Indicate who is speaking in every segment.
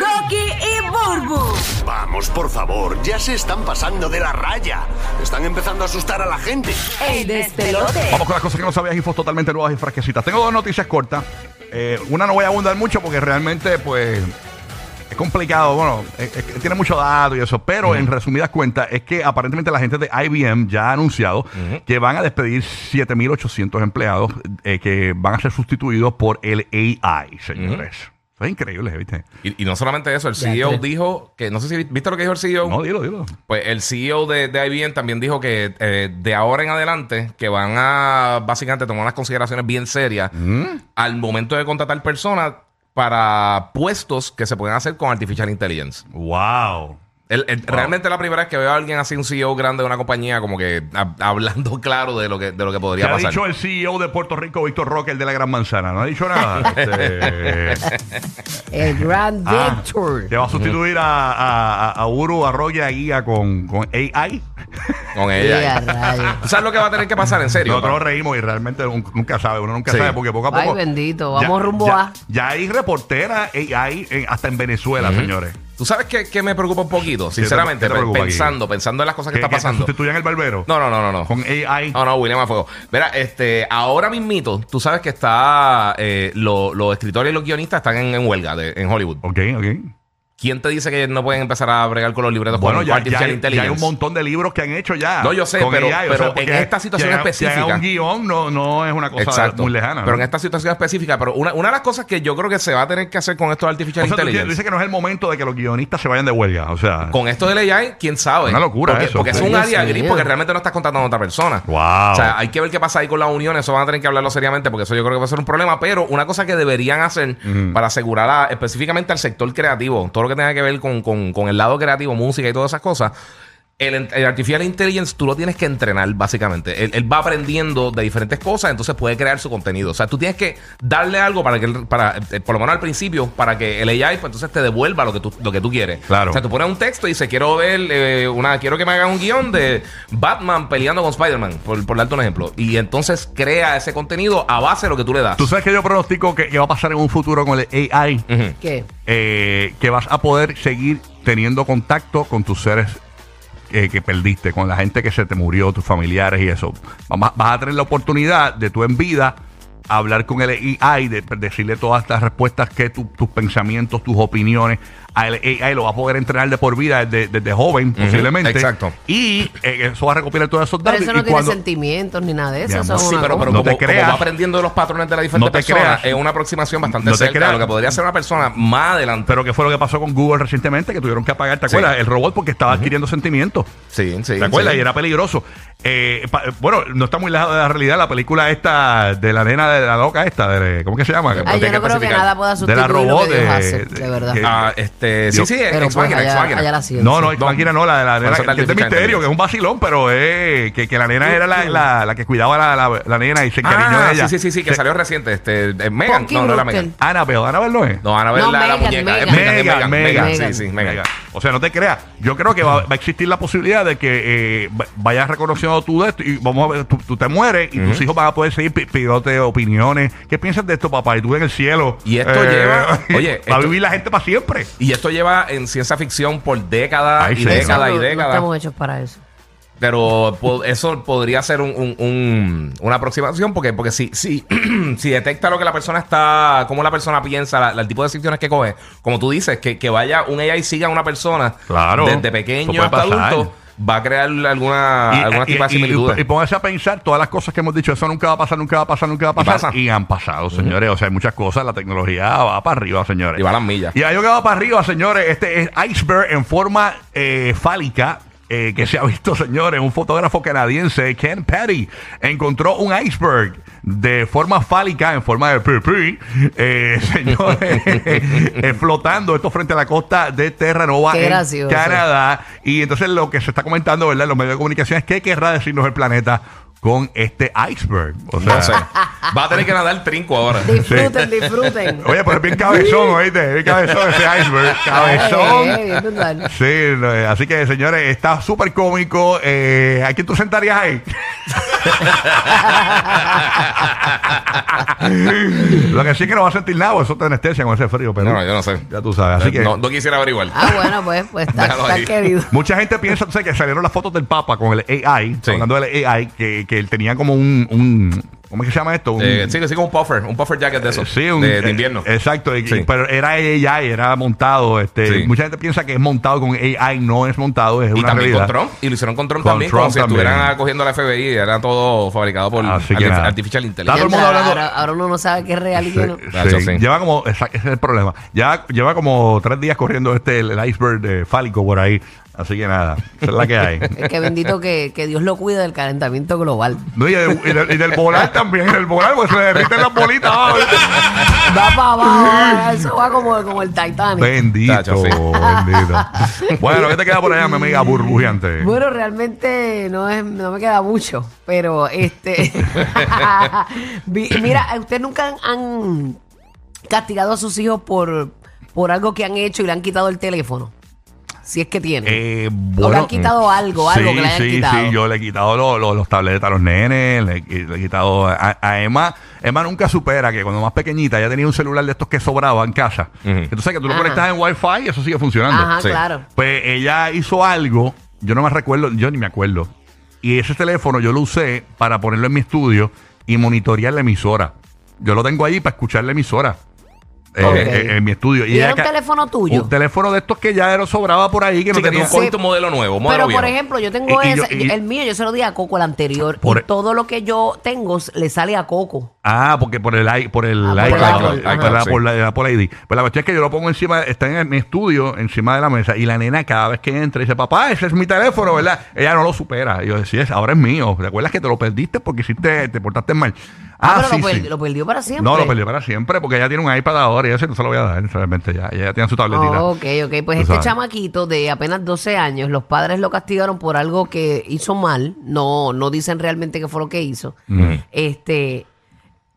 Speaker 1: Rocky y Burbu,
Speaker 2: Vamos, por favor, ya se están pasando de la raya. Están empezando a asustar a la gente.
Speaker 1: el despelote.
Speaker 3: Vamos con las cosas que no sabías, infos totalmente nuevas y fresquecitas. Tengo dos noticias cortas. Eh, una no voy a abundar mucho porque realmente, pues, es complicado. Bueno, es- es que tiene mucho dato y eso. Pero en resumidas cuentas, es que aparentemente la gente de IBM ya ha anunciado que van a despedir 7.800 empleados eh, que van a ser sustituidos por el AI, señores. Eso es increíble, ¿viste?
Speaker 4: Y, y no solamente eso, el CEO
Speaker 5: tres.
Speaker 4: dijo que, no sé si vi- viste lo que dijo el CEO.
Speaker 3: No, dilo, dilo.
Speaker 4: Pues el CEO de, de IBM también dijo que eh, de ahora en adelante que van a básicamente tomar unas consideraciones bien serias
Speaker 3: Mm.
Speaker 4: al momento de contratar personas para puestos que se pueden hacer con artificial intelligence.
Speaker 3: ¡Wow!
Speaker 4: El- el- Realmente la primera vez que veo a alguien así, un CEO grande de una compañía, como que hab- hablando claro de lo que, de lo que
Speaker 3: ¿Qué
Speaker 4: podría
Speaker 3: ha
Speaker 4: pasar.
Speaker 3: dicho el CEO de Puerto Rico, Víctor Roque, el de la Gran Manzana? No ha dicho nada. Este,
Speaker 5: El Grand
Speaker 3: Ah,
Speaker 5: Victor.
Speaker 3: ¿Te va a sustituir a, a, a- a Uru, a Roger, a Guía con, con AI?
Speaker 4: Con
Speaker 5: Y a
Speaker 4: ella.
Speaker 5: rayos.
Speaker 4: ¿Sabes lo que va a tener que pasar? En serio.
Speaker 3: Nosotros nos reímos y realmente nun- nunca sabe, uno nunca
Speaker 4: Sí.
Speaker 3: sabe, porque poco a
Speaker 5: Ay,
Speaker 3: poco.
Speaker 5: bendito, vamos rumbo
Speaker 3: ya-
Speaker 5: a-
Speaker 3: Ya hay reporteras AI en- hasta en Venezuela, señores.
Speaker 4: ¿Tú sabes qué, qué me preocupa un poquito?
Speaker 3: te- qué
Speaker 4: Sinceramente,
Speaker 3: te
Speaker 4: pe-
Speaker 3: preocupa,
Speaker 4: pensando, pensando en las cosas que,
Speaker 3: Que,
Speaker 4: está
Speaker 3: que te
Speaker 4: pasando.
Speaker 3: sustituyan el barbero
Speaker 4: No, no, no, no, no.
Speaker 3: con AI.
Speaker 4: No, no, William a fuego. Mira, este, ahora mismito, tú sabes que está eh, lo- los escritores y los guionistas están en, en huelga de- en Hollywood.
Speaker 3: Ok, ok.
Speaker 4: ¿Quién te dice que no pueden empezar a bregar con los libretos
Speaker 3: Bueno,
Speaker 4: con
Speaker 3: ya, ya,
Speaker 4: artificial
Speaker 3: hay, ya hay
Speaker 4: intelligence?
Speaker 3: un montón de libros que han hecho ya.
Speaker 4: No, yo sé,
Speaker 3: con
Speaker 4: pero-
Speaker 3: AI, o
Speaker 4: pero
Speaker 3: sea,
Speaker 4: en
Speaker 3: porque
Speaker 4: esta situación
Speaker 3: que haga- que
Speaker 4: específica-
Speaker 3: haga un guión no, no es una cosa
Speaker 4: Exacto.
Speaker 3: muy lejana.
Speaker 4: Pero
Speaker 3: ¿no?
Speaker 4: en esta situación específica, pero una, una de las cosas que yo creo que se va a tener que hacer con estos
Speaker 3: O
Speaker 4: artificial
Speaker 3: sea, tú
Speaker 4: intelligence.
Speaker 3: dices que no es el momento de que los guionistas se vayan de huelga. O sea,
Speaker 4: con esto del AI, quién sabe.
Speaker 3: Una locura
Speaker 4: porque,
Speaker 3: eso.
Speaker 4: Porque es
Speaker 3: Sí,
Speaker 4: un
Speaker 5: Dios
Speaker 4: área gris,
Speaker 5: mío.
Speaker 4: porque realmente no estás contratando a otra persona.
Speaker 3: Wow.
Speaker 4: O sea, hay que ver qué pasa ahí con la unión. Eso van a tener que hablarlo seriamente, porque eso yo creo que va a ser un problema. Pero una cosa que deberían hacer para asegurar a- específicamente al sector creativo, todo lo que tenga que ver con, con- con el lado creativo, música y todas esas cosas. El, en- el artificial intelligence tú lo tienes que entrenar básicamente. Él, él va aprendiendo de diferentes cosas, entonces puede crear su contenido. O sea, tú tienes que darle algo para que, él- para, eh, por lo menos al principio, para que el AI pues, entonces te devuelva lo que tú, lo que tú quieres.
Speaker 3: Claro.
Speaker 4: O sea, tú pones un texto y dice, quiero ver eh, una, quiero que me hagan un guión de Batman peleando con Spider-Man, por, por darte un ejemplo. Y entonces crea ese contenido a base de lo que tú le das.
Speaker 3: Tú sabes que yo pronostico que, que va a pasar en un futuro con el AI,
Speaker 4: Ujú.
Speaker 5: ¿Qué?
Speaker 3: eh, que vas a poder seguir teniendo contacto con tus seres eh, que perdiste, con la gente que se te murió, tus familiares y eso. Vamos a- Vas a tener la oportunidad de tú en vida hablar con el AI, de, de decirle todas estas respuestas que tu- tus pensamientos, tus opiniones, al AI lo vas a poder entrenar de por vida desde, desde joven, posiblemente.
Speaker 4: exacto.
Speaker 3: Y eh, eso va a recopilar todos esos
Speaker 5: Pero
Speaker 3: datos.
Speaker 5: eso
Speaker 3: y
Speaker 5: no tiene
Speaker 3: cuando-
Speaker 5: sentimientos ni nada de eso.
Speaker 3: Mi
Speaker 5: eso
Speaker 3: amor,
Speaker 5: es
Speaker 4: Sí,
Speaker 5: una
Speaker 4: pero, pero
Speaker 5: cosa.
Speaker 3: No
Speaker 4: como,
Speaker 3: te
Speaker 4: como
Speaker 3: creas.
Speaker 4: va aprendiendo de los patrones de las diferentes
Speaker 3: No te
Speaker 4: personas,
Speaker 3: creas.
Speaker 4: es una aproximación bastante
Speaker 3: No te
Speaker 4: cerca
Speaker 3: creas.
Speaker 4: de lo que podría ser una persona más adelante.
Speaker 3: Pero que fue lo que pasó con Google recientemente, que tuvieron que apagar, ¿te
Speaker 4: Sí.
Speaker 3: acuerdas? El robot porque estaba adquiriendo sentimientos.
Speaker 4: Sí, sí.
Speaker 3: ¿Te acuerdas?
Speaker 4: sí.
Speaker 3: Y era peligroso. Eh, pa- bueno, no está muy lejos de la realidad la película esta de la nena de la loca esta, de- ¿cómo que se llama?
Speaker 5: Ay, yo
Speaker 4: tiene
Speaker 5: no
Speaker 4: que
Speaker 5: creo que
Speaker 4: especificar.
Speaker 5: nada pueda
Speaker 3: De
Speaker 5: sustituir
Speaker 3: la robot
Speaker 5: lo que Dios
Speaker 3: de-
Speaker 5: hace, de verdad.
Speaker 3: que-
Speaker 4: Ah, este,
Speaker 3: Dios.
Speaker 4: sí, sí,
Speaker 5: pero
Speaker 4: ex
Speaker 5: pues
Speaker 4: máquina, ex
Speaker 5: allá,
Speaker 4: máquina.
Speaker 5: allá la ciencia.
Speaker 3: no, no, es máquina, no, la de la
Speaker 4: Por
Speaker 3: nena,
Speaker 4: eso está
Speaker 3: que es de
Speaker 4: artificial
Speaker 3: misterio, que es un vacilón, pero eh, que, que la nena era la, la- la que cuidaba la, la- la nena y se encariñó
Speaker 4: Ah,
Speaker 3: de ella.
Speaker 4: sí, sí, sí, sí, que
Speaker 3: Se-
Speaker 4: salió reciente. Este, eh, Megan.
Speaker 5: Punky
Speaker 4: No, no era
Speaker 5: Brewster.
Speaker 4: Megan.
Speaker 3: Annabelle, Annabelle no es.
Speaker 4: No, Anabel,
Speaker 5: No,
Speaker 4: la, la
Speaker 5: Megan,
Speaker 4: muñeca. es
Speaker 5: Megan.
Speaker 4: es
Speaker 3: Megan, Megan.
Speaker 4: Megan, Sí, sí, Megan.
Speaker 3: Mega. O sea, no te creas. Yo creo que va, va a existir la posibilidad de que eh, va- vayas reconociendo tú de esto y vamos a ver, tú, tú te mueres y tus hijos van a poder seguir pi- pidiéndote opiniones. ¿Qué piensas de esto, papá? Y tú en el cielo. Eh,
Speaker 4: Y esto lleva- oye,
Speaker 3: va a
Speaker 4: esto-
Speaker 3: vivir la gente para siempre.
Speaker 4: Y esto lleva en ciencia ficción por décadas
Speaker 3: Ay,
Speaker 4: y
Speaker 3: sí.
Speaker 4: décadas
Speaker 5: No,
Speaker 4: y
Speaker 5: no
Speaker 4: décadas.
Speaker 5: estamos hechos para eso.
Speaker 4: Pero po- eso podría ser un, un- un- una aproximación porque, porque si, si, si detecta lo que la persona está, cómo la persona piensa, la- la- el tipo de decisiones que coge, como tú dices, que, que vaya un AI y siga a una persona
Speaker 3: Claro.
Speaker 4: desde
Speaker 3: Eso
Speaker 4: pequeño
Speaker 3: puede
Speaker 4: hasta
Speaker 3: pasar.
Speaker 4: adulto, va a crear alguna,
Speaker 3: Y-
Speaker 4: alguna
Speaker 3: y-
Speaker 4: tipo de
Speaker 3: y-
Speaker 4: similitudes.
Speaker 3: Y, y póngase a pensar todas las cosas que hemos dicho. Eso nunca va a pasar, nunca va a pasar, nunca va a
Speaker 4: Y
Speaker 3: pasar.
Speaker 4: pasa.
Speaker 3: Y, han pasado, señores. O sea, hay muchas cosas. La tecnología va para arriba, señores.
Speaker 4: Y va a las millas.
Speaker 3: Y hay algo que va para arriba, señores. Este es iceberg en forma eh, fálica. eh, que se ha visto, señores, un fotógrafo canadiense, Ken Petty, encontró un iceberg de forma fálica, en forma de pipí, eh, señores, eh, flotando esto frente a la costa de Terranova,
Speaker 5: Qué
Speaker 3: en
Speaker 5: gracioso.
Speaker 3: Canadá. Y entonces lo que se está comentando, ¿verdad?, en los medios de comunicación es qué querrá decirnos el planeta con este iceberg. O sea,
Speaker 4: No sé. Va a tener que nadar trinco ahora.
Speaker 5: Disfruten, disfruten.
Speaker 3: Oye, pero es bien cabezón, oíste, es bien cabezón ese iceberg. Cabezón.
Speaker 5: Ay, eh, bien brutal.
Speaker 3: Sí, eh, así que señores, está súper cómico. Eh, ¿A quién tú sentarías ahí? Lo que sí que no va a sentir nada, porque eso te anestesia con ese frío, pero
Speaker 4: No, yo no sé. Eh,
Speaker 3: ya tú sabes. Así que
Speaker 4: no, no quisiera averiguar.
Speaker 5: Ah, bueno, pues, pues está,
Speaker 4: Déjalo
Speaker 5: está
Speaker 4: ahí.
Speaker 5: querido.
Speaker 3: mucha gente piensa, tú sabes, que salieron las fotos del Papa con el AI,
Speaker 4: Sí.
Speaker 3: hablando del AI, que, que él tenía como un, un- ¿Cómo es que se llama esto? Un-
Speaker 4: Eh, sí, sí, como un puffer, un puffer jacket de eso.
Speaker 3: Sí, un-
Speaker 4: de, de
Speaker 3: eh,
Speaker 4: invierno.
Speaker 3: Exacto, y-
Speaker 4: Sí.
Speaker 3: y- pero era AI, era montado. Este,
Speaker 4: Sí.
Speaker 3: Mucha gente piensa que es montado con AI, no es montado, es
Speaker 4: y
Speaker 3: una
Speaker 4: también
Speaker 3: realidad.
Speaker 4: con Trump. Y lo hicieron con Trump
Speaker 3: Con
Speaker 4: también,
Speaker 3: Trump
Speaker 4: como si
Speaker 3: también.
Speaker 4: estuvieran cogiendo la FBI. y Era todo fabricado por
Speaker 3: Así que
Speaker 4: arti-
Speaker 3: nada.
Speaker 4: Artificial
Speaker 3: Está todo el
Speaker 4: Intelligence.
Speaker 3: mundo hablando-
Speaker 5: Ahora, ahora uno no sabe qué es real y
Speaker 3: Sí,
Speaker 5: qué no.
Speaker 4: Nacho,
Speaker 3: sí.
Speaker 4: sí.
Speaker 3: Lleva como, esa- ese es el problema. Ya lleva como tres días corriendo este el, el iceberg eh, fálico por ahí. Así que nada, esa es la que hay.
Speaker 5: Es que bendito que, que Dios lo cuida del calentamiento global.
Speaker 3: No, y, del- y del- y del volar también, del volar, pues se derriten las bolitas. abajo.
Speaker 5: Va para abajo, ahora, eso va como, como el Titanic.
Speaker 3: bendito,
Speaker 4: Tacho, sí.
Speaker 3: bendito. Bueno, ¿qué te queda por allá, mi amiga burbujeante?
Speaker 5: Bueno, realmente no es, no me queda mucho, pero este vi- mira, ustedes nunca han, han castigado a sus hijos por, por algo que han hecho y le han quitado el teléfono. Si es que tienen.
Speaker 3: Eh,
Speaker 5: o le han quitado algo, algo
Speaker 3: sí,
Speaker 5: que le hayan
Speaker 3: sí,
Speaker 5: quitado.
Speaker 3: Sí, yo le he quitado lo- lo- los tabletas a los nenes, le, he- le he quitado a, a Emma. Emma nunca supera que cuando más pequeñita ya tenía un celular de estos que sobraba en casa. Entonces que tú lo
Speaker 5: Ajá.
Speaker 3: conectas en wifi y eso sigue funcionando.
Speaker 5: Ajá,
Speaker 4: sí.
Speaker 5: claro.
Speaker 3: Pues ella hizo algo, yo no me recuerdo, yo ni me acuerdo. Y ese teléfono yo lo usé para ponerlo en mi estudio y monitorear la emisora. Yo lo tengo ahí para escuchar la emisora. eh,
Speaker 4: Ok.
Speaker 3: eh, en mi estudio.
Speaker 5: ¿Y era
Speaker 3: ella
Speaker 5: un
Speaker 3: ca-
Speaker 5: teléfono tuyo?
Speaker 3: Un teléfono de estos que ya era sobraba por ahí, que
Speaker 4: Sí,
Speaker 3: no
Speaker 4: que tú
Speaker 3: tenía...
Speaker 4: cogiste un modelo nuevo, un modelo
Speaker 5: Pero por
Speaker 4: viejo.
Speaker 5: ejemplo, yo tengo
Speaker 3: Y- y
Speaker 5: ese-
Speaker 3: yo- y-
Speaker 5: el mío, yo se lo di a Coco el anterior.
Speaker 3: Por-
Speaker 5: y todo lo que yo tengo le sale a Coco.
Speaker 3: Ah, porque por el i- por el
Speaker 5: Ah, por el
Speaker 3: iCloud,
Speaker 4: iCloud,
Speaker 3: por
Speaker 4: iCloud,
Speaker 3: la-
Speaker 4: sí.
Speaker 3: por la la Apple ID. Pues la cuestión es que yo lo pongo encima, está en mi estudio, encima de la mesa, y la nena cada vez que entra dice, papá, ese es mi teléfono, ¿verdad? Ella no lo supera. Y yo decía, "Sí, ahora es mío. ¿Te acuerdas que te lo perdiste porque hiciste, te portaste mal?
Speaker 5: Ah,
Speaker 3: Ah,
Speaker 5: pero
Speaker 3: sí,
Speaker 5: lo, per-
Speaker 3: sí.
Speaker 5: lo perdió para siempre.
Speaker 3: No, lo perdió para siempre porque ella tiene un iPad ahora y ese no se lo voy a dar, realmente ya. Ella tiene su tabletita.
Speaker 5: Oh, ok, ok. Pues
Speaker 3: Tú
Speaker 5: este
Speaker 3: sabes.
Speaker 5: chamaquito de apenas 12 años, los padres lo castigaron por algo que hizo mal. No, no dicen realmente qué fue lo que hizo. Este,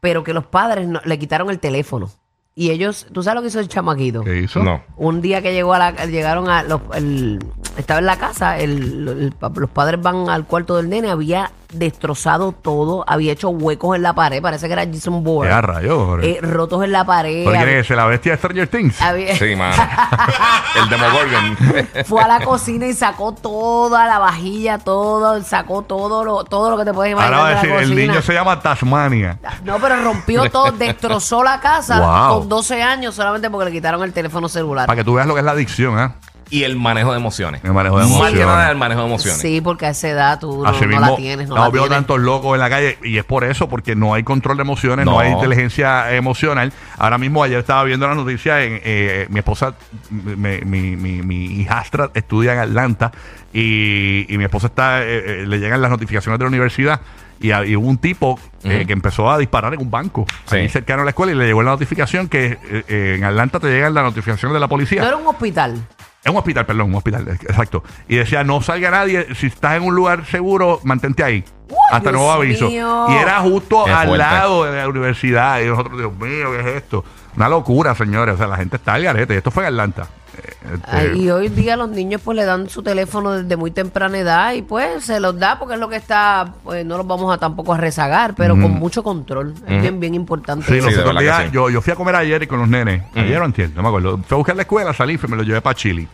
Speaker 5: pero que los padres no- le quitaron el teléfono. Y ellos, ¿tú sabes lo que hizo el chamaquito?
Speaker 3: ¿Qué hizo?
Speaker 4: No.
Speaker 5: Un día que llegó a la, llegaron a los, el- estaba en la casa, el- el pa- los padres van al cuarto del nene, había destrozado todo, había hecho huecos en la pared, parece que era Jason Bourne,
Speaker 3: Ya, rayos.
Speaker 5: eh, rotos en la pared,
Speaker 3: ¿Por qué
Speaker 5: había-
Speaker 3: es ese? la bestia de Stranger Things?
Speaker 5: había-
Speaker 4: Sí, mano. el Demogorgon.
Speaker 5: fue a la cocina y sacó toda la vajilla, todo, sacó todo lo, todo lo que te puedes imaginar.
Speaker 3: Ahora va a
Speaker 5: de la
Speaker 3: decir, el
Speaker 5: cocina.
Speaker 3: niño se llama Tasmania.
Speaker 5: No, pero rompió todo, destrozó la casa
Speaker 3: Wow.
Speaker 5: con 12 años solamente porque le quitaron el teléfono celular.
Speaker 3: Para que tú veas lo que es la adicción, ¿ah?
Speaker 4: y el manejo de emociones.
Speaker 3: El manejo de
Speaker 4: Más que
Speaker 3: emociones.
Speaker 4: nada el manejo de emociones.
Speaker 5: Sí, porque a esa edad tú no,
Speaker 3: Así
Speaker 5: no
Speaker 3: mismo,
Speaker 5: la tienes, no,
Speaker 3: no
Speaker 5: la
Speaker 3: veo
Speaker 5: tienes.
Speaker 3: tantos locos en la calle y es por eso, porque no hay control de emociones, no,
Speaker 4: No.
Speaker 3: hay inteligencia emocional. Ahora mismo, ayer estaba viendo la noticia, en, eh, mi esposa, mi, mi- mi- mi hijastra estudia en Atlanta y, y mi esposa está, eh, eh, le llegan las notificaciones de la universidad y, hay hubo un tipo eh, que empezó a disparar en un banco
Speaker 4: Sí.
Speaker 3: ahí cercano a la escuela y le llegó la notificación que eh, eh, en Atlanta te llegan las notificaciones de la policía.
Speaker 5: No era un hospital.
Speaker 3: Es un hospital, perdón, un hospital, eh, exacto. Y decía, no salga nadie, si estás en un lugar seguro, mantente ahí. Hasta
Speaker 5: Dios
Speaker 3: nuevo aviso.
Speaker 5: mío.
Speaker 3: Y era justo
Speaker 4: Qué
Speaker 3: al
Speaker 4: fuerte.
Speaker 3: lado de la universidad. Y nosotros, Dios mío, ¿qué es esto? Una locura, señores. O sea, la gente está al garete. Esto fue en Atlanta. Eh, este,
Speaker 5: Ay, ah, y hoy día los niños pues le dan su teléfono desde muy temprana edad y pues se los da porque es lo que está, pues no los vamos a tampoco a rezagar, pero con mucho control. Es bien, bien importante.
Speaker 3: Sí,
Speaker 5: eso.
Speaker 3: los
Speaker 4: de
Speaker 3: otros
Speaker 4: verdad que
Speaker 3: días,
Speaker 4: sí.
Speaker 3: yo, yo fui a comer ayer y con los nenes. Ayer no entiendo, no me acuerdo. Fui a buscar la escuela, salí y me lo llevé para Chile.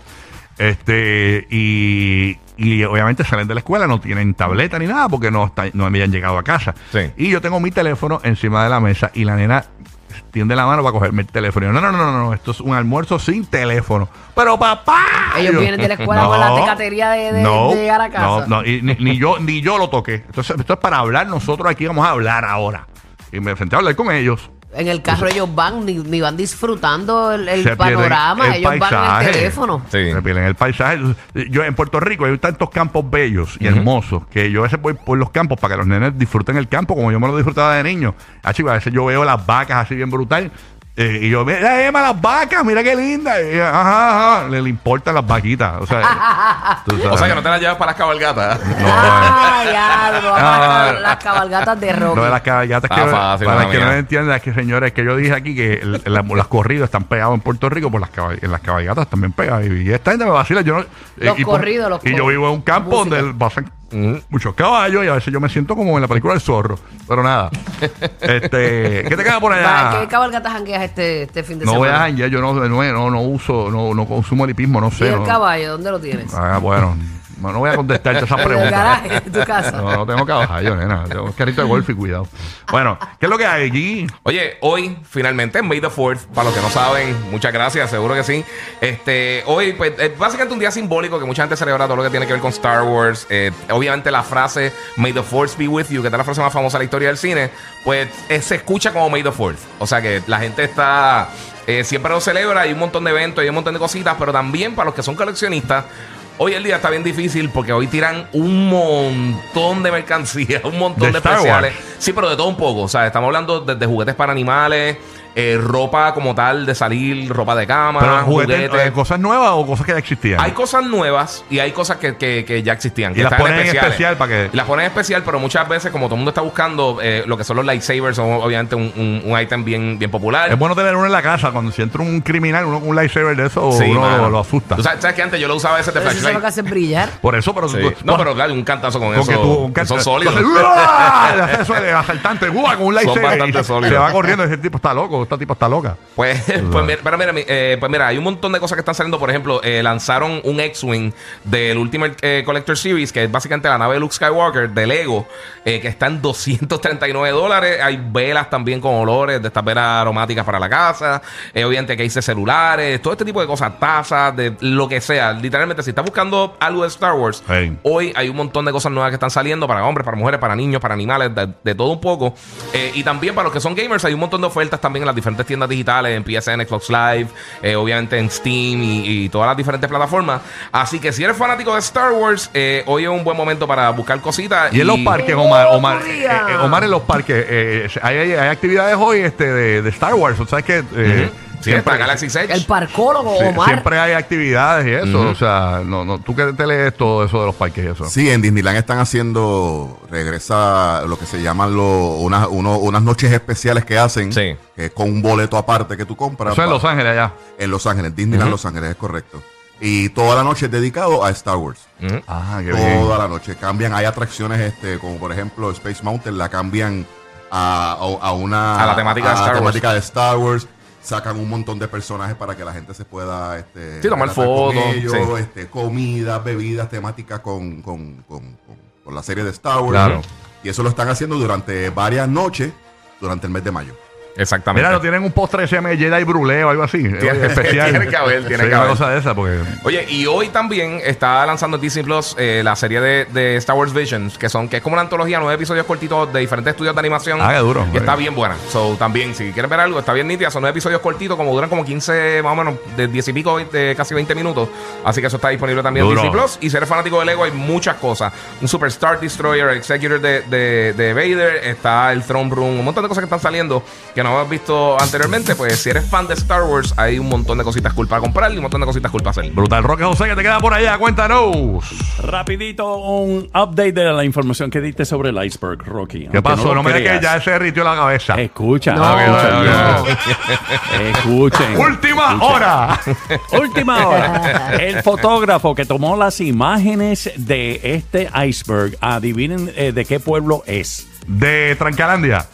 Speaker 3: Este, y, y obviamente salen de la escuela, no tienen tableta ni nada porque no, está- no me habían llegado a casa.
Speaker 4: Sí.
Speaker 3: Y yo tengo mi teléfono encima de la mesa y la nena tiende la mano para cogerme el teléfono. Y yo, no, no, no, no, no, esto es un almuerzo sin teléfono. Pero papá.
Speaker 5: Ellos
Speaker 3: Y yo,
Speaker 5: vienen de la escuela con la tecatería de- de- de llegar a casa.
Speaker 3: No, no, y ni, ni yo, ni yo lo toqué. Entonces, esto es para hablar, nosotros aquí vamos a hablar ahora. Y me senté a hablar con ellos.
Speaker 5: En el carro ellos van, ni, ni van disfrutando el, el
Speaker 3: Se pierden
Speaker 5: panorama,
Speaker 3: el
Speaker 5: ellos van en
Speaker 3: paisaje.
Speaker 5: el teléfono.
Speaker 4: Sí.
Speaker 3: Se pierden el paisaje. Yo en Puerto Rico hay tantos campos bellos y hermosos que yo a veces voy por los campos para que los nenes disfruten el campo como yo me lo disfrutaba de niño. Así, a veces yo veo las vacas así bien brutal. eh, y yo, mira, Emma, las vacas, mira qué linda. Y, ajá, ajá, le, le importan las vaquitas. O sea, tú
Speaker 4: O sea
Speaker 3: sabes.
Speaker 4: que no te la llevas para las cabalgatas.
Speaker 3: No,
Speaker 5: Ah, ya, lo vamos a
Speaker 3: Ah,
Speaker 5: acabar las cabalgatas de rock.
Speaker 3: Lo de las caballatas
Speaker 4: Ah,
Speaker 3: que,
Speaker 4: fácil,
Speaker 3: para
Speaker 4: mamá
Speaker 3: que no
Speaker 4: mía.
Speaker 3: me entiendan, es que señores, que yo dije aquí que el- la- las corridas están pegadas en Puerto Rico, pues las, caball- las cabalgatas también pegadas. Y, y esta gente me vacila. Yo no,
Speaker 5: Los
Speaker 3: y, por-
Speaker 5: corridos, los
Speaker 3: y yo
Speaker 5: corridos.
Speaker 3: vivo en un campo
Speaker 5: Música.
Speaker 3: donde pasan muchos caballos y a veces yo me siento como en la película El Zorro. Pero nada. este, ¿Qué te queda por allá?
Speaker 5: ¿Para ¿Qué cabalgatas jangueas este, este fin de
Speaker 3: no voy
Speaker 5: semana?
Speaker 3: a janguear, yo no, no, no, no uso, no, no consumo lipismo, no
Speaker 5: ¿Y
Speaker 3: sé.
Speaker 5: el
Speaker 3: no-
Speaker 5: caballo? ¿Dónde lo tienes?
Speaker 3: Ah, bueno, no no voy a contestarte esas
Speaker 5: En el
Speaker 3: preguntas.
Speaker 5: garaje, en tu casa.
Speaker 3: No, no tengo caballo, nena. Tengo un carrito de golf y cuidado. Bueno, ¿qué es lo que hay aquí?
Speaker 4: Oye, hoy finalmente en May the 4th, para los que no saben, muchas gracias, seguro que sí. Este, hoy, pues, es básicamente un día simbólico que mucha gente celebra todo lo que tiene que ver con Star Wars. Eh, obviamente la frase May the Force be with you, que es la frase más famosa de la historia del cine, pues eh, se escucha como May the 4th. O sea que la gente está eh, siempre lo celebra, hay un montón de eventos, hay un montón de cositas, pero también para los que son coleccionistas, hoy el día está bien difícil porque hoy tiran un montón de mercancía, un montón
Speaker 3: De
Speaker 4: de,
Speaker 3: Star Wars.
Speaker 4: especiales. Sí, pero de todo un poco. O sea, estamos hablando desde juguetes para animales, eh, ropa como tal de salir, ropa de cama,
Speaker 3: Pero juguetes,
Speaker 4: juguetes.
Speaker 3: eh, cosas nuevas o cosas que ya existían.
Speaker 4: Hay cosas nuevas y hay cosas que, que- que ya existían. que
Speaker 3: y las
Speaker 4: están
Speaker 3: ponen en
Speaker 4: especiales.
Speaker 3: especial para que.
Speaker 4: Las ponen en especial, pero muchas veces, como todo el mundo está buscando, eh, lo que son los lightsabers son obviamente un, un, un item bien, bien popular.
Speaker 3: Es bueno tener uno en la casa. Cuando si entra un criminal, uno con un lightsaber de eso,
Speaker 4: Sí,
Speaker 3: uno
Speaker 4: mano.
Speaker 3: lo, lo asusta.
Speaker 4: Tú sabes, sabes que antes yo lo usaba ese de
Speaker 5: Pero Eso es lo
Speaker 4: flashlight.
Speaker 5: que hace brillar.
Speaker 3: Por eso, pero
Speaker 4: Sí.
Speaker 3: tú-
Speaker 4: No, pero claro, un cantazo con,
Speaker 3: con
Speaker 4: eso.
Speaker 3: que tú un
Speaker 4: son
Speaker 3: cáncer-
Speaker 4: sólidos.
Speaker 3: Entonces, ¡uah! Le hace Eso de asaltante, ¡uah! con un lightsaber.
Speaker 4: bastante
Speaker 3: y se-
Speaker 4: sólidos.
Speaker 3: Se va corriendo. Ese tipo está loco, esta tipa está loca.
Speaker 4: Pues, pues, mira, pero mira, mi- eh, pues mira, hay un montón de cosas que están saliendo. Por ejemplo, eh, lanzaron un X-Wing del Ultimate eh, Collector Series, que es básicamente la nave de Luke Skywalker de Lego, eh, que está en 239 dólares. Hay velas también con olores, de estas velas aromáticas para la casa. Eh, obviamente, cases de celulares, todo este tipo de cosas, tazas, de lo que sea. Literalmente, si estás buscando algo de Star Wars,
Speaker 3: Hey.
Speaker 4: Hoy hay un montón de cosas nuevas que están saliendo para hombres, para mujeres, para niños, para animales, de, de todo un poco. Eh, y también para los que son gamers, hay un montón de ofertas también en las diferentes tiendas digitales, en PSN, Xbox Live, eh, obviamente en Steam y, y todas las diferentes plataformas. Así que si eres fanático de Star Wars, eh, hoy es un buen momento para buscar cositas.
Speaker 3: Y en los parques, Omar, Omar, eh,
Speaker 5: ocurría!
Speaker 3: eh, Omar en los parques, eh, hay, hay- hay actividades hoy este, de, de Star Wars, ¿sabes qué? Eh,
Speaker 4: Sí, está Galaxy Edge.
Speaker 5: El parcólogo
Speaker 3: sí,
Speaker 5: Omar.
Speaker 3: siempre hay actividades y eso, o sea, no, no, tú que te lees todo eso de los parques y eso.
Speaker 6: Sí, en Disneyland están haciendo, regresa lo que se llaman lo- unas, uno- unas noches especiales que hacen,
Speaker 4: Sí.
Speaker 6: que es con un boleto aparte que tú compras.
Speaker 3: Eso en
Speaker 6: pa-
Speaker 3: Los Ángeles allá.
Speaker 6: en Los Ángeles, Disneyland Los Ángeles, es correcto. Y toda la noche es dedicado a Star Wars.
Speaker 3: Ah, qué bien.
Speaker 6: Toda la noche. Cambian, hay atracciones este, como por ejemplo Space Mountain, la cambian a, a- a una...
Speaker 4: A la temática de
Speaker 6: a la
Speaker 4: Star Wars.
Speaker 6: temática de Star Wars. Sacan un montón de personajes para que la gente se pueda... Este,
Speaker 4: Sí, tomar
Speaker 6: relatar con
Speaker 4: fotos,
Speaker 6: ellos,
Speaker 4: sí.
Speaker 6: este, comidas, bebidas temáticas con, con, con- con- con la serie de Star Wars.
Speaker 4: Claro.
Speaker 6: Y eso lo están haciendo durante varias noches durante el mes de mayo.
Speaker 4: Exactamente.
Speaker 3: Mira, no tienen un postre que se llama Jedi Brulé o algo así.
Speaker 4: Tiene-
Speaker 3: especial.
Speaker 4: tiene que haber, tiene
Speaker 3: Sí,
Speaker 4: que
Speaker 3: una
Speaker 4: haber.
Speaker 3: cosa de esa, porque.
Speaker 4: Oye, y hoy también está lanzando Disney Plus eh, la serie de, de Star Wars Visions, que son que es como una antología, nueve episodios cortitos de diferentes estudios de animación.
Speaker 3: Ah, qué duro.
Speaker 4: Y está bien buena. So, también, si quieres ver algo, está bien nítida. Son nueve episodios cortitos, como duran como 15, más o menos, de 10 y pico, 20, casi 20 minutos. Así que eso está disponible también
Speaker 3: Duro.
Speaker 4: en Disney Plus. Y si eres fanático de Lego, hay muchas cosas. Un Super Star Destroyer, Executor de, de, de Vader, está el Throne Room, un montón de cosas que están saliendo que no habías visto anteriormente. Pues si eres fan de Star Wars, hay un montón de cositas cool para comprar y un montón de cositas cool para hacer.
Speaker 3: Brutal Roque José, que te queda por allá, cuéntanos.
Speaker 7: Rapidito, un update de la información que diste sobre el iceberg, Rocky.
Speaker 3: ¿Qué
Speaker 7: Aunque
Speaker 3: pasó?
Speaker 7: lo
Speaker 3: No, me me que
Speaker 7: creas.
Speaker 3: ya se ritió la cabeza.
Speaker 7: Escucha,
Speaker 5: No,
Speaker 7: escucha,
Speaker 3: no, no.
Speaker 7: escuchen.
Speaker 3: Última hora.
Speaker 7: Última hora. El fotógrafo que tomó las imágenes de este iceberg, adivinen eh, de qué pueblo es.
Speaker 3: De Trancalandia.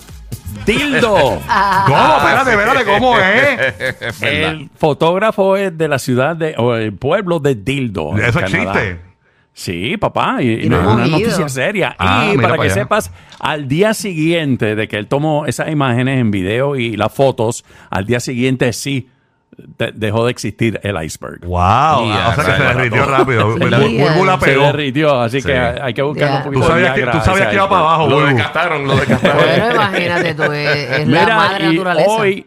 Speaker 7: Dildo.
Speaker 3: ¿Cómo? Espérate, espérate, ¿cómo es?
Speaker 4: Es verdad.
Speaker 7: El fotógrafo es de la ciudad de, o el pueblo de Dildo. en
Speaker 3: Eso
Speaker 7: Canadá.
Speaker 3: existe.
Speaker 7: Sí, papá, y, y no es
Speaker 5: no.
Speaker 7: una
Speaker 5: Movido.
Speaker 7: noticia seria.
Speaker 3: Ah,
Speaker 7: y
Speaker 3: mira
Speaker 7: para
Speaker 3: pa'
Speaker 7: que
Speaker 3: allá.
Speaker 7: sepas, al día siguiente de que él tomó esas imágenes en video y las fotos, al día siguiente sí de- dejó de existir el iceberg.
Speaker 3: Wow.
Speaker 4: Yeah,
Speaker 3: o sea que se
Speaker 4: claro.
Speaker 3: derritió rápido.
Speaker 7: Sí.
Speaker 3: Bul- Bulbu la
Speaker 7: Se
Speaker 3: pegó.
Speaker 7: derritió, así
Speaker 4: Sí.
Speaker 7: que hay que buscar
Speaker 5: Ya.
Speaker 7: un
Speaker 3: Tú
Speaker 7: poquito
Speaker 3: sabías
Speaker 7: de
Speaker 3: que, tú
Speaker 7: Viagra a
Speaker 3: sabías
Speaker 7: ese
Speaker 3: que iba
Speaker 7: iceberg.
Speaker 3: para abajo,
Speaker 4: Lo
Speaker 3: Bulbu.
Speaker 4: descartaron, lo descartaron.
Speaker 5: Bueno, imagínate tú, es, es la
Speaker 7: Mira,
Speaker 5: madre
Speaker 7: y
Speaker 5: naturaleza.
Speaker 7: Hoy,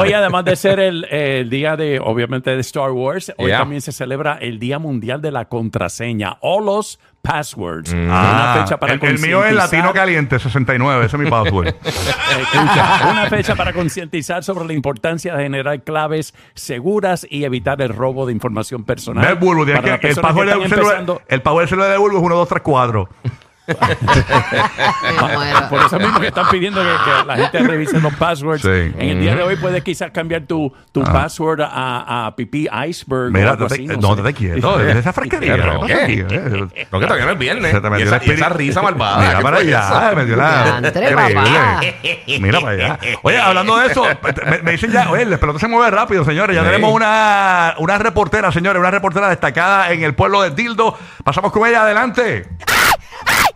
Speaker 7: hoy, además de ser el, eh, el día de, obviamente, de Star Wars, hoy
Speaker 4: Yeah.
Speaker 7: también se celebra el Día Mundial de la Contraseña o los Passwords.
Speaker 3: Ah,
Speaker 7: Una fecha para
Speaker 3: el, el mío es
Speaker 7: concientizar-
Speaker 3: latino caliente, 69. Ese es mi password.
Speaker 7: Eh, escucha, una fecha para concientizar sobre la importancia de generar claves seguras y evitar el robo de información personal.
Speaker 3: ¿Ves, Bulbu? Tienes
Speaker 7: Para las
Speaker 3: que- el
Speaker 7: personas que
Speaker 3: password del
Speaker 7: están
Speaker 3: celular-
Speaker 7: empezando-
Speaker 3: el password del celular de Bulbu es 1, 2, 3, 4.
Speaker 5: Me muero.
Speaker 7: ah, Por eso mismo que están pidiendo que, que la gente revise los passwords.
Speaker 3: Sí. Ah.
Speaker 7: En el día de hoy puedes quizás cambiar tu, tu password a, a pipí iceberg. o
Speaker 3: Mira,
Speaker 7: algo
Speaker 3: te-
Speaker 7: así,
Speaker 3: eh,
Speaker 7: no
Speaker 3: no
Speaker 7: sé.
Speaker 3: te quieto. es Esa fresquería.
Speaker 4: Pero,
Speaker 3: ¿no?
Speaker 4: ¿qué?
Speaker 3: Eh,
Speaker 4: No, que todavía no es viernes.
Speaker 3: Se te
Speaker 4: Y
Speaker 3: metió
Speaker 4: esa,
Speaker 3: el
Speaker 4: y esa
Speaker 3: espíritu.
Speaker 4: risa malvada.
Speaker 3: Mira
Speaker 4: ¿qué
Speaker 3: para
Speaker 4: fue
Speaker 3: allá,
Speaker 4: eso?
Speaker 3: me dio la.
Speaker 5: Diantre,
Speaker 3: Increíble. Mira para allá. Oye, hablando de eso, me, me dicen ya, oye, el pelota se mueve rápido, señores. Ya
Speaker 4: Sí.
Speaker 3: tenemos una, una reportera, señores, una reportera destacada en el pueblo de Dildo. Pasamos con ella, adelante.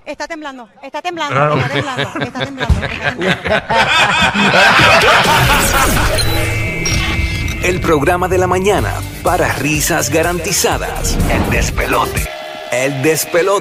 Speaker 8: Está temblando, está temblando,
Speaker 3: Claro.
Speaker 8: está temblando, está temblando. Está temblando.
Speaker 9: El programa de la mañana para risas garantizadas. El despelote. El despelote.